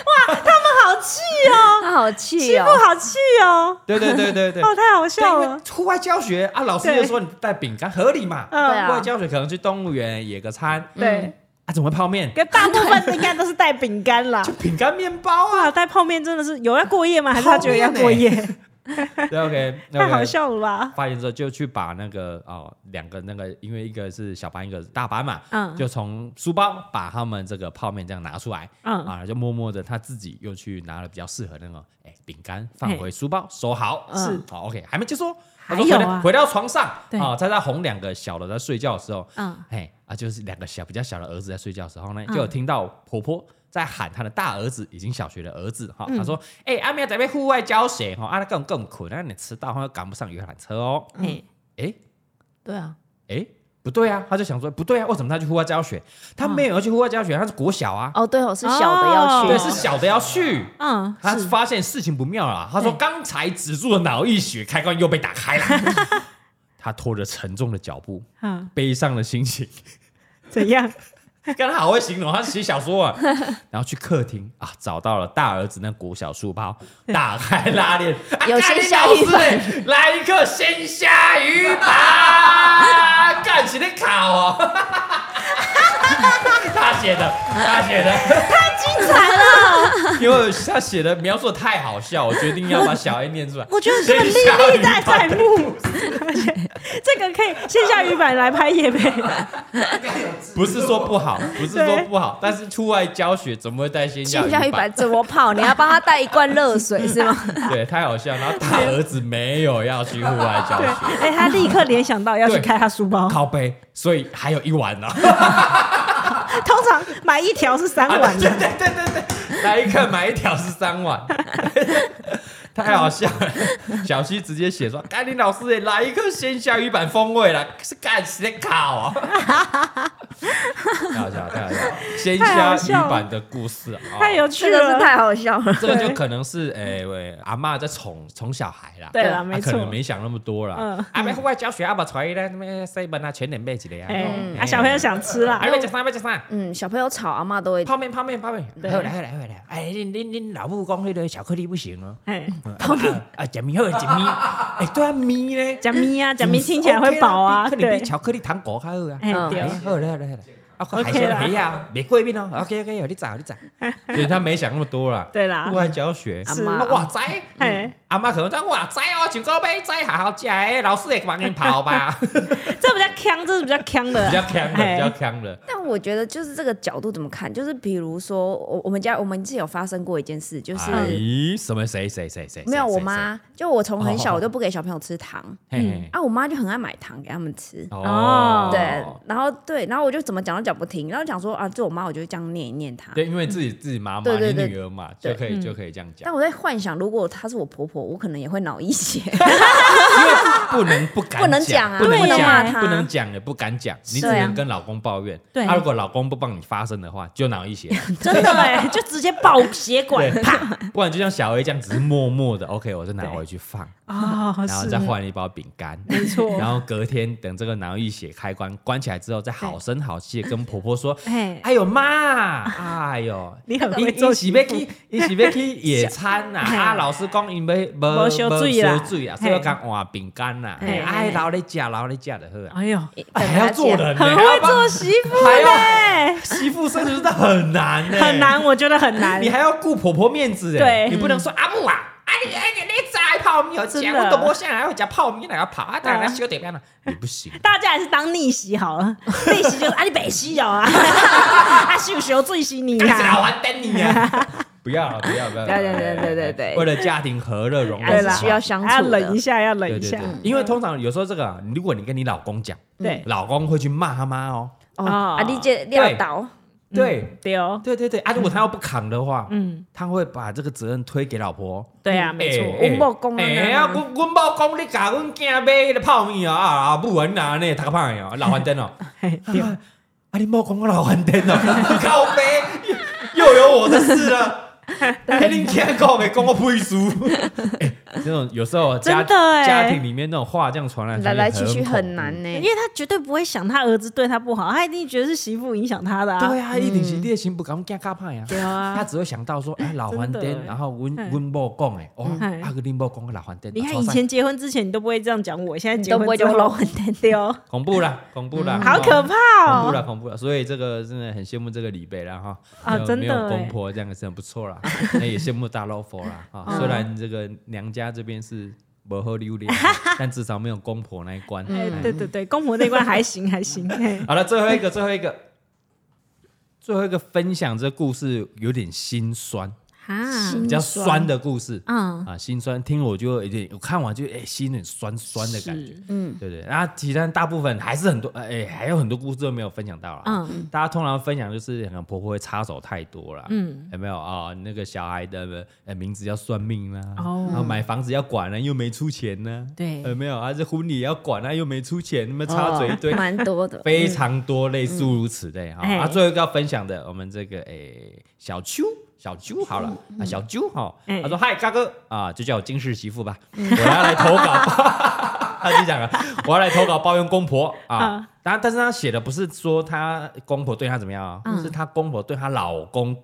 好气哦，他好气欺哦负，好气哦，对对对对对。哦，太好笑对，因为了，户外教学啊，老师就说你带饼干合理嘛。嗯对啊户外教学可能去动物园野个餐对，啊，怎么会泡面？跟大部分应该都是带饼干啦 就。饼干面包啊。哇，带泡面真的是有要过夜吗？还是他觉得要过 夜？对，OK，太好。笑了吧？发言之后就去把那个哦两个那个，因为一个是小班，一个是大班嘛，嗯就从书包把他们这个泡面这样拿出来，嗯啊，就默默的他自己又去拿了比较适合那种哎饼干放回书包收好，嗯是好 OK 还没结束哦，他还说有回到啊回到床上对啊，在他哄两个小的在睡觉的时候，嗯，哎啊，就是两个小比较小的儿子在睡觉的时候呢，嗯就有听到婆婆在喊她的大儿子，已经小学的儿子哈，她说：“哎，阿明在被户外教学哈，阿更更苦，那你迟到会赶不上游览车哦。哎，”哎对啊，哎，不对啊，他就想说不对啊，为什么他去户外教学？他没有要去户外教学，他是国小啊，哦对哦，是小的要去，对，是小的要去。嗯，他发现事情不妙了，他说对刚才止住的脑溢血开关又被打开了，他拖着沉重的脚步，嗯，悲伤的心情怎 样？ 刚他好会形容，他是写小说 啊。然后去客厅啊，找到了大儿子那国小书 包，打开拉链，啊有干鲜你虾老鱼师欸来一个鲜虾鱼吧，干起来烤哦。 他写的，他写的太精彩了， 因为他写的描述的太好笑，我决定要把小 A 念出来。 我觉得这个历 历在在目， 这个可以线下语版来拍夜 配，不是说不好，不是说对不好，但是户外教学怎么会带鲜虾性教育鱼板版？怎么泡？你要帮他带一罐热水 是吗？对，太好笑。然后大儿子没有要去户外教对学，，哎，他立刻联想到要去对开他书包，靠背，所以还有一碗呢、通常买一条是三碗啊对的，对对对对，来一个买一条是三碗，太好笑了。小西直接写说：“甘霖老师也来一个鲜虾鱼板风味啦，是干谁烤啊？”太好笑了，太好笑了，鲜虾鱼板的故事啊、太有趣这个是了。太好笑了。这个就可能是诶、喂阿嬷在宠宠小孩啦，对啊了，他没可错，能没想那么多嗯啦。阿妹户外教学，阿爸传咧，那么西门啊，全脸背起来啊。哎，啊，小朋友想吃啦阿，妹食啥？要食啥？嗯，小朋友吵阿妈都会泡面，泡面，泡面。对好来，好来，好来。哎，恁恁恁老母讲迄个巧克力不行哦。哎， 泡面啊，食面好，食面。哎，对啊，面咧，假咪啊，假咪听起来会饱啊，嗯可能对比，巧克力糖果较好啊。哎，嗯哎对，好嘞，好嘞，好嘞。啊，海鲜的虾啊，袂过敏哦。OK OK，有你找，有你 找。所以他没想那么多啦。对啦户，外教学，阿是妈啊，哇塞，哎，嗯阿妈可能在哇塞哦，上高杯塞好好食诶，老师也帮你跑 吧，比这比较呛，这是比较呛的，哎较强的，比较强的。但我觉得就是这个角度怎么看，就是比如说我我们家我们是有发生过一件事，就是、哎，什么谁谁谁谁？没有我妈，就我从很哦小哦我就不给小朋友吃糖、谁，谁嘿啊，我妈就很爱买糖给他们吃。嘿哦对，然后对，然后我就怎么讲都讲不听，然后讲说啊，这我妈我就这样念一念她。对，因为自己自己妈妈，对你对对女儿嘛，就可以就可以这样讲但，我在幻想，如果她是我婆婆，我可能也会脑 溢血。因为不能不敢不能讲啊不能不能讲骂她不能讲也不敢讲，你只对啊能跟老公抱怨。对啊如果老公不帮你发声的话，就脑溢 血。真的哎，就直接爆血管，对啪！不然就像小 A 这样，只是默默的 OK，我就拿回去放，哦，然后是再换一包饼干。没错， 然后隔天等这个脑溢血开关关起来之后，再好声好气地跟婆婆说哎：“哎呦妈，哎 呦，你很因会做因是媳要妇， 去，因是要去野餐呐。嘿啊，老师讲因要无无哎烧水啦水啊，嘿所以要讲换饼干呐。嘿哎，老咧食，老咧食就好啊。哎呦，哎还要做人呢，很还要会帮做媳妇啊还嘞， 媳妇生真的很难呢， 很难，我觉得很难你。还要顾婆婆面子哎，对嗯你不能说阿母啊。啊你哎你你只爱泡面，我吃真的嗯我都无啥爱食泡面，哪个泡啊？当然小点边了，你不 行。大家还是当逆袭好了，逆袭就是啊，你北西哦啊，啊，秀秀最袭你干啥啊，玩等你啊！ 不要了，不要，不要，对对对对对对为了家庭和乐融融，还对是啦，需要相处的要冷一下，要冷对一对下对，，因为通常有时候这个啊，如果你跟你老公讲，对老公会去骂他妈哦。哦，哦啊，你姐撂倒，对，对哦，对对对，啊，如果他要不扛的话，嗯，他会把这个责任推给老婆。对啊，没错，哎我某公啊哎哎呀，阮阮某讲你甲哎阮囝买迄个泡面哦，啊，不然哪呢，读个泡面哦，老翻灯哦。嘿对，啊啊，你莫讲我老顽童哦，靠背又又有我的事了。哎，你听讲没？讲我不会输。哎，这种有时候家真的欸家庭里面那种话这样传来来来去去啊很恐很怖难呢、因为他绝对不会想他儿子对他不好，他一定觉得是媳妇影响他的啊。对啊，一定是你的心不敢惊卡怕呀。对啊他只会想到说，哎，老黄真的灯，欸然后温温某讲哎，哦，嗯阿个林某讲个老黄灯，你看啊以错前结婚之前你都不会这样讲我，现在你结都不婚会之叫后我老混蛋对哦，恐怖啦，恐怖啦，好可哦。恐怕怖哦。了，恐怖了，所以这个真的很羡慕这个李贝啦哈，啊没有真没的有欸公婆这样是很不错啦，那也羡慕大老婆 啦啊，嗯虽然这个娘家这边是不好溜 脸，但至少没有公婆那一关。哎哎，对对对，公婆那一关还行还行。嘿好了，最后一个，最后一个，最后一个分享这故事有点心酸，啊比较酸的故事嗯，啊，心酸，听我就有点，我看完就哎、心很酸酸的感觉。是嗯，对对，那其他大部分还是很多，呃哎、还有很多故事都没有分享到啦。嗯大家通常分享就是可能婆婆会插手太多啦，嗯，有没有啊、那个小孩的呃名字要算命啦、哦然后买房子要管啊呢、又没出钱呢、对哦有没有？还、是婚礼要管啊呢、又没出钱，那么插嘴一堆，哦蛮多的。非常多类似如此类哈、哎啊，最后一个要分享的，我们这个诶、小秋。小啾好了啊，小啾哈，嗯哎嗯他说嗨，嘎哥啊，就叫我金氏媳妇吧，我要来 投稿，他就讲了，我要来投稿抱怨公婆啊啊，但但是他写的不是说他公婆对他怎么样啊，是他公婆对他老公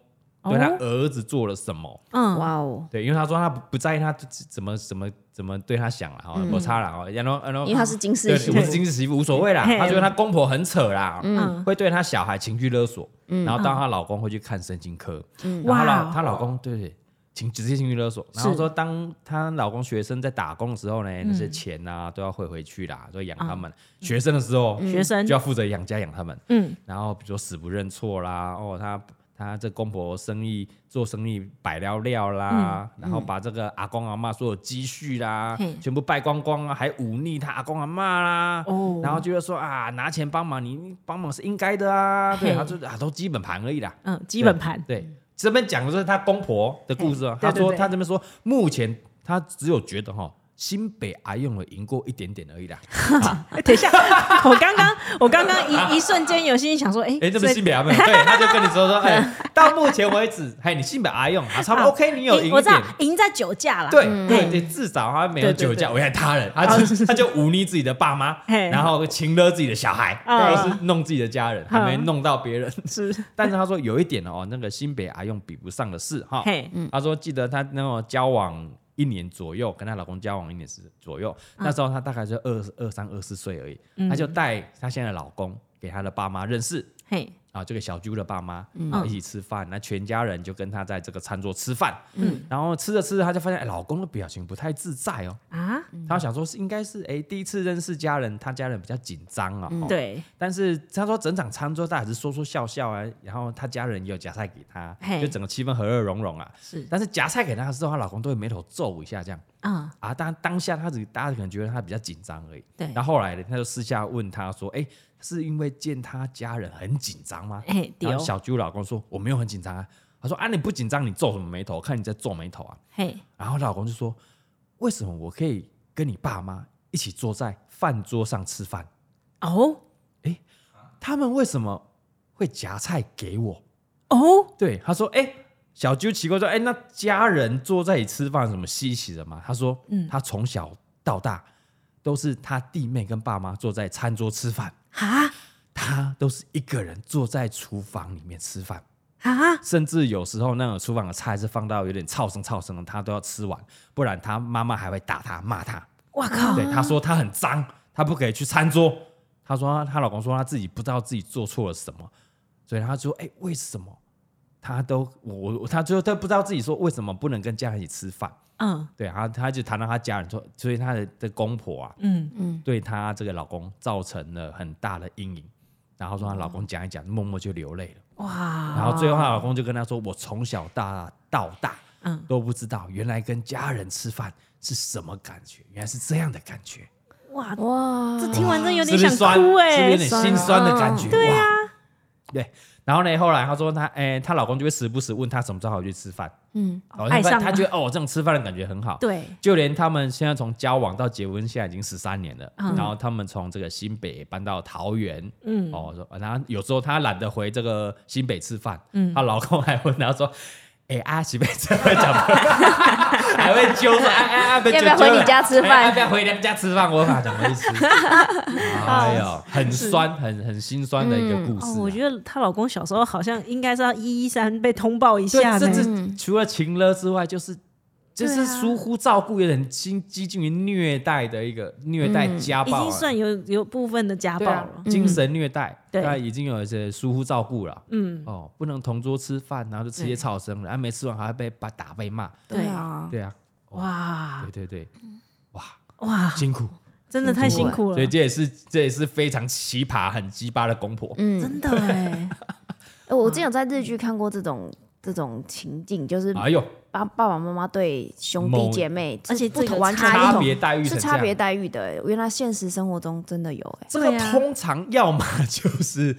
对他嗯哦儿子做了什么，嗯，哇哦，对，因为他说他不不在意他怎么怎么怎么对他想了啊哈，不差了哈，然后然后嗯因为他是金对丝，我是金氏媳妇无所谓啦，嘿他觉得他公婆很扯啦，嗯会对她小孩情绪勒索，嗯然后当她老公会去看身心科，然后她哇老哦她老公对对情直接情绪勒索，然后说当她老公学生在打工的时候呢，嗯那些钱啊都要汇回去啦，都要养他们。学生的时候，嗯学生就要负责养家养他们，嗯然后比如说死不认错啦，哦，她她这公婆生意做生意摆料料啦，然后把这个阿公阿妈所有积蓄啦嗯嘿，全部败光光啊，还忤逆她阿公阿妈啦，哦然后就是说啊，拿钱帮忙，你你帮忙是应该的啊，对，嘿他就是啊，都基本盘而已啦，嗯，基本盘对。这边讲的是她公婆的故事哦，嘿她对对说对她这边说，目前她只有觉得哈，新北阿用了赢过一点点而 已啦。哎等一下， 我刚刚我刚刚一一瞬间有心里想说，哎哎，这不所是以新北 阿用，对，他就跟你说说，哎，到目前为止，哎，你新北阿用啊，差不多好 OK，你有赢哎我一知道点。赢在酒驾啦。对嗯对对，至少他没有对对酒驾对危害他 人，他就哦他就忤逆自己的爸妈，嘿然后情勒自己的小孩，嗯或是弄自己的家人，还没弄到别人。 是，但是他说有一点哦，那个新北阿用比不上的事哈。嘿，他说记得她那种交往一年左右，跟她老公交往一年时左右，那时候她大概就二二三二四岁而已，她就带她现在的老公给她的爸妈认识。嘿，啊，这个小猪的爸妈，然后一起吃饭，那全家人就跟她在这个餐桌吃饭，嗯然后吃着吃着，她就发现，哎，老公的表情不太自在哦，啊，她想说是应该是，哎，第一次认识家人，她家人比较紧张啊、哦，对，但是他说整场餐桌大家只是说说笑笑啊，然后他家人也有夹菜给他，嘿就整个气氛和乐融融啊。是但是夹菜给他的时候，她老公都会眉头皱一下这样啊，啊。当当下他只大家可能觉得他比较紧张而已。对然后后来呢，他就私下问他说：“哎、是因为见他家人很紧张吗？”哎，然丢后，小猪老公说：“我没有很紧张啊。”他说：“啊，你不紧张，你皱什么眉头？我看你在皱眉头啊。”嘿，然后老公就说：“为什么我可以跟你爸妈一起坐在饭桌上吃饭？”哦他们为什么会夹菜给我？哦，对，他说，哎、小啾奇怪说，哎、那家人坐在一起吃饭有什么稀奇的吗？他说，嗯，他从小到大都是他弟妹跟爸妈坐在餐桌吃饭，哈他都是一个人坐在厨房里面吃饭。哈，甚至有时候那种厨房的菜是放到有点超生超生的，他都要吃完，不然他妈妈还会打他骂他。我靠，对，她说她很脏，她不可以去餐桌。她说她老公说她自己不知道自己做错了什么，所以她说：“哎、为什么她都我我她最后她不知道自己说为什么不能跟家人一起吃饭？”嗯对，她她就谈到她家人说，所以她的的公婆啊，嗯，对她这个老公造成了很大的阴影。然后说她老公讲一讲，默默就流泪了。哇，然后最后她老公就跟她说：“我从小大到大，嗯都不知道原来跟家人吃饭是什么感觉，原来是这样的感觉。”哇，哇，这听完真有是不是点想酸？哭是不是有哎，点心酸的感觉？对啊，对，然后呢，后来她说她，哎、她老公就会时不时问她什么时候好去吃饭，嗯，然后爱上她了觉得哦，这种吃饭的感觉很好。对，就连他们现在从交往到结婚，现在已经十三年了。嗯然后他们从这个新北搬到桃园，嗯哦，说然后有时候她懒得回这个新北吃饭，嗯她老公还问她说：“哎、啊，新北吃饭怎么？” 还会揪说：“哎哎哎，被要不揪揪要回了你家吃哎饭要不要回你们家吃饭？我怕怎么意思？ 哎呦，很酸，很很心酸的一嗯个故事啊、哦，我觉得她老公小时候好像应该是要一一三被通报一对，下这呢。这除了情勒之外，就是就是对啊疏忽照顾，有点激激进于虐待的一个虐待家嗯已暴啊，经算有有部分的家暴对啊了，，精神虐待，对那已经有一些疏忽照顾了。嗯，哦，不能同桌吃饭，然后就吃一些对嗯草生了，啊，没吃完还会被把打被骂，对，啊，对啊，哇对对对，哇，哇，辛苦，真 的太辛苦了所以，这也是这也是非常奇葩、很鸡巴的公婆，嗯，真的哎，呃我之前有在日剧看过这种这种情境，嗯就是哎呦，爸爸爸妈妈对兄弟某姐妹是不同，而且这个完全差不差同，别待遇是成这差别样待遇的欸。原来现实生活中真的有哎，这个对啊通常要么就是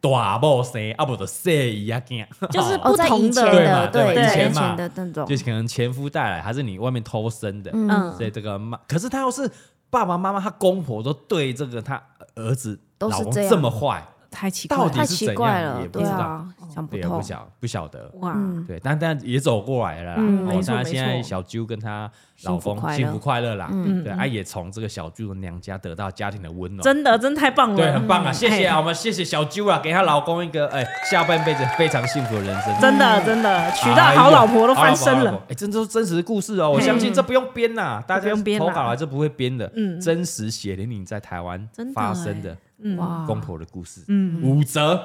大某生，啊不就小姨啊 囝，就是哦哦，不在以同的前对嘛的对嘛以以前嘛前的那种就，是可能前夫带来，还是你外面偷生的，嗯，所以这个妈，可是他要是爸爸妈妈、他公婆都对这个他儿子都老是公这样这么坏，太奇到怪底了，太是奇怎怪样了也，不对知道啊，想不对，我通不，晓不晓得。哇，嗯，对，但但也走过来了啦。嗯哦没，错那现在没错小啾跟她老幸福公快乐幸福快乐啦。嗯对，啊也从这个小啾的娘家得到家庭的温暖。真的真的太棒对，了很，棒啊！谢谢啊，哎我们谢谢小啾啊，给她老公一个哎、下半辈子非常幸福的人生。真的真的娶到哎呦好老婆都翻身好老婆好老了婆，哎，真都是真实的故事哦，我嘿嗯相信这不用编呐，大不家用编啦投稿来这不会编的，嗯真实血淋淋在台湾真的发生的嗯哇，公婆的故事，嗯，五折。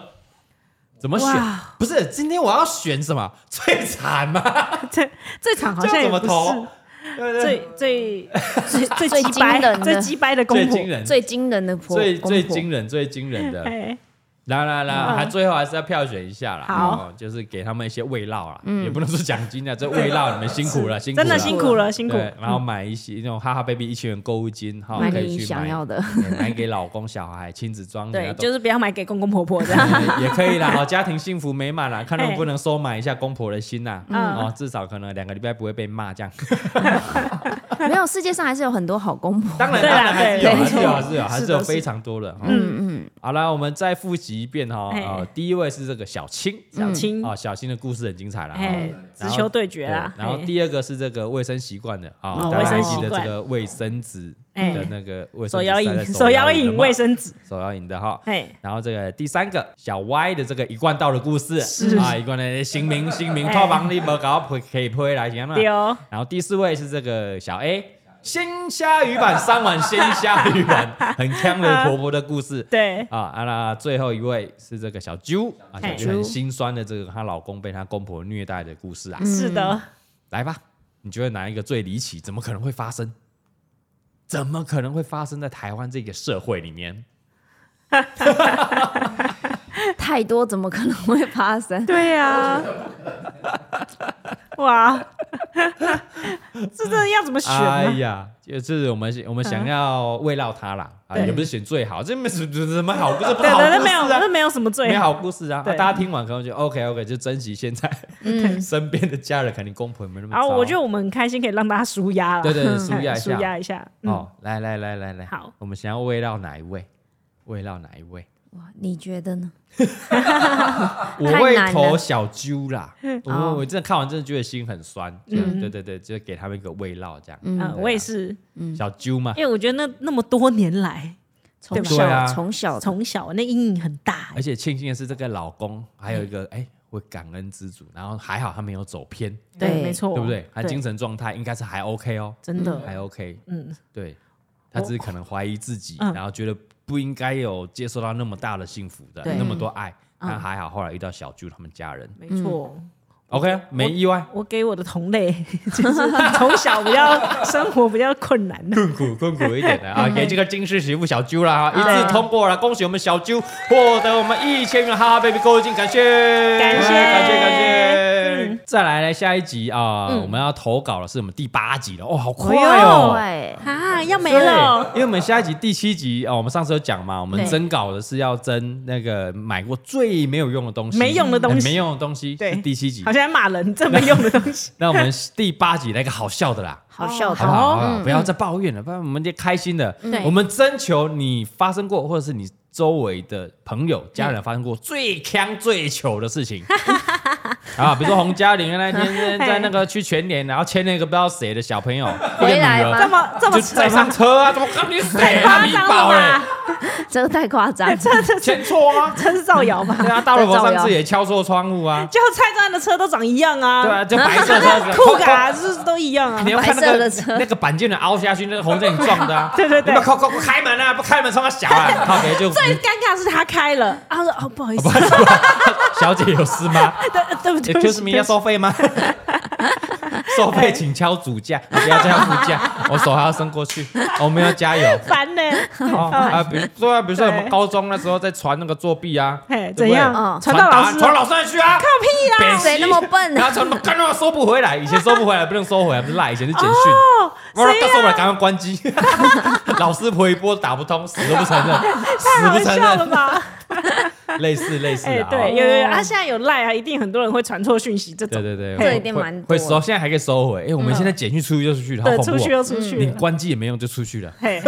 怎么选哇？不是，今天我要选什么 最惨吗？这这场好这像样怎也么不投是？对不对最最最 最最鸡惊掰人的最鸡掰的公最婆惊，人，最惊人的婆，最公最婆惊人、最惊人的。 哎，来来来，嗯还最后还是要票选一下啦。好嗯哦，就是给他们一些慰劳啦，也不能说奖金啊，这慰劳你们辛 苦了，辛苦真的了辛苦了，辛苦，嗯对，然后买一些那种哈哈 baby 一千元购物金，哈，买可你以去想买要的对买给老公、小孩、亲子装的啊，对，都就是不要买给公公婆 婆这样，对也可以啦。好，家庭幸福美满啦， 看能嘿不能收买一下公婆的心呐。嗯哦，至少可能两个礼拜不会被骂这 样。没有，世界上还是有很多好公 婆。当然，对当啦然还是有，啊对还是没有，错还是有，还是是的有是的非常多的。哈嗯嗯，好了，我们再复习一遍哈。嘿呃，第一位是这个小青，哎小青，哦，小青的故事很精彩了。哈哎，直球对决对啦，然后哎第二个是这个卫生习惯的啊，哦大家还卫生记得习惯这个卫生纸哎的那个卫生手纸摇塞在饮，手手摇的饮，嘛卫生纸，手摇饮的哈。哎，然后这个第三个小 Y 的这个一贯道的故事啊，一贯的新民新民哎套房你无搞配可以配来行了。丢，然后第四位是这个小 A。鲜虾鱼板三碗鲜虾鱼 板，很强的婆婆的故事。对，啊，啊那最后一位是这个小啾啊，小嘿啾很心酸的这个她老公被她公婆虐待的故事啊，是的，来吧，你觉得哪一个最离奇？怎么可能会发生？怎么可能会发生在台湾这个社会里面？太多怎么可能会发生？对啊呀， 哇， 这真的要怎么选啊哎呢？呀，就是我们我们嗯想要慰劳他啦，啊，也不是选最好，这没什什么好，这不对是好对，那故没有，事那啊。没有什么没最好故事啊！啊对大家听完可能就 OK OK，就珍惜现在嗯，身边的家人，肯定公婆没那么然糟。啊后啊我觉得我们很开心，可以让大家舒压了，对对对，嗯舒压一舒下，压一下，嗯，哦，来来来来来，好，我们想要慰劳哪一位？慰劳哪一位？哇，你觉得呢？我太会难投了小揪啦，我哦我真的看完真的觉得心很酸，就嗯对对对，就给他们一个慰劳这样。对啊嗯，我也是，小揪嘛，因为我觉得那那么多年来，从对吧对啊小从小从小那阴影很大而，且庆幸的是这个老公还有一个哎，会感恩知足，然后还好他没有走偏，对没错，对不对？他精神状态应该是还 OK 哦，真还的， OK，哦嗯，对他只是可能怀疑自己，嗯然后觉得不应该有接受到那么大的幸福的，对那么多爱。嗯但还好，后来遇到小揪他们家人没错。 ，OK，没啊意外。我给我的同类， 就是从小比较生活比较困难 的，困苦困苦一 点的啊，嗯给这个金氏媳妇小啾啦，啊哈，一致通过了，恭喜我们小啾获得我们一千元哈哈 baby 购物金，感谢，感谢感谢感谢嗯。再来呢，下一集啊、嗯我们要投稿的是我们第八集了，哦，好快哎呦哦。对，啊，要没对了，因为我们下一集第七集哦，我们上次有讲嘛，我们对征稿的是要征那个买过最没有用的东西，哎没用的东西没用的东西，对是第七集。好。像在骂人，这没用的东 西那我们第八集来个好笑的啦，好好笑不的，好？好好不好不要再抱怨了，不然我们就开心的对。我们征求你发生过，或者是你周围的朋友、家人发生过最坑、最糗的事 情啊，比如说洪嘉玲那天在那个去全年，然后牵那个不知道谁的小朋友，一个回女来儿吗这么这么就扯载上吗？车啊，怎么看你谁啊？夸你张宝了 嘞，吧？ 这个太夸 张，这 这这牵错啊！这是造 谣吧？对啊，大老婆上次也敲错窗户啊，就蔡庄的车都长一样啊，对啊，就白色车子， 酷嘎是都一样啊。你。要看那白色个的车那个板件的凹下去，那个红灯你撞的啊 对对对你不靠靠不开门啊，不开门冲他小 啊，靠别就最尴尬是他开了， 啊，他说哦不好意思， 小姐有事吗呃对对不 起，对不？Excuse 起 me，要收费吗？ 收费请敲主驾，啊不要叫副驾，我手还要伸过去，哦我们要加油。 烦呢。 哦啊，比对啊，比如说我们对高中那时候在传那个作弊啊，嘿，对怎不对样？嗯传到老师传 到老师那去啊，放屁啦！北西谁那么笨啊然后传到干嘛收不回来？以前收不回来，不能收回来，不是赖，以前是简讯。哦，我谁说收回来，呀？赶快关机。 老师回拨打不通，死都不承 认，太死好不承笑了认。 吧？类似类似哎，啊，对，哦有有有，他现在有赖啊，一定很多人会传错讯息这对种，对对，这会一定会蛮多会收，现在还可以收回。哎，我们现在简讯出去就出去了，好嗯对，恐出去怖哦。又出去你了，关机也没用，就出去了嘿，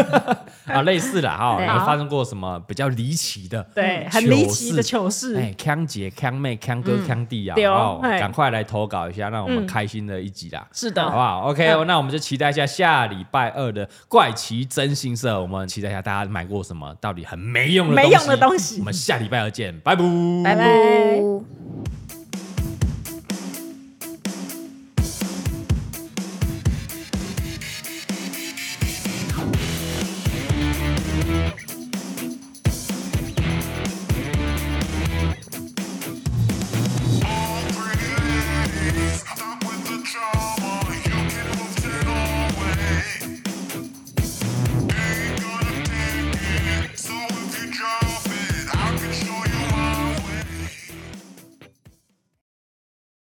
啊，类似的哈。对有发生过什么比较离奇的？ 对，很离糗奇事的糗事，哎，康姐、康妹、康哥、康弟啊，对哦哦，嘿赶快来投稿一下，让我们嗯开心的一集啦。是好不的，好？OK，、那我们就期待一下下礼拜二的怪奇真心社，我们期待一下大家买过什么到底很没用的没东西用的东西我们下礼拜二见，拜拜。拜拜。